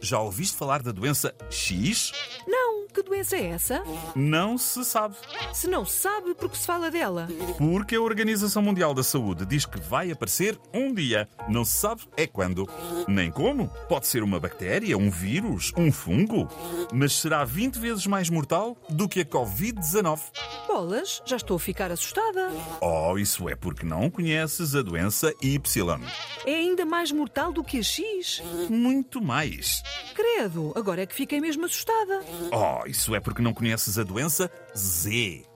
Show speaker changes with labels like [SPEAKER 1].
[SPEAKER 1] Já ouviste falar da doença X?
[SPEAKER 2] Não, que doença é essa?
[SPEAKER 1] Não se sabe.
[SPEAKER 2] Se não se sabe, porque se fala dela?
[SPEAKER 1] Porque a Organização Mundial da Saúde diz que vai aparecer um dia. Não se sabe é quando. Nem como. Pode ser uma bactéria, um vírus, um fungo. Mas será 20 vezes mais mortal do que a Covid-19.
[SPEAKER 2] Bolas, já estou a ficar assustada.
[SPEAKER 1] Oh, isso é porque não conheces a doença Y.
[SPEAKER 2] É ainda mais mortal do que a X.
[SPEAKER 1] Muito mais.
[SPEAKER 2] Credo, agora é que fiquei mesmo assustada.
[SPEAKER 1] Oh, isso é porque não conheces a doença Z.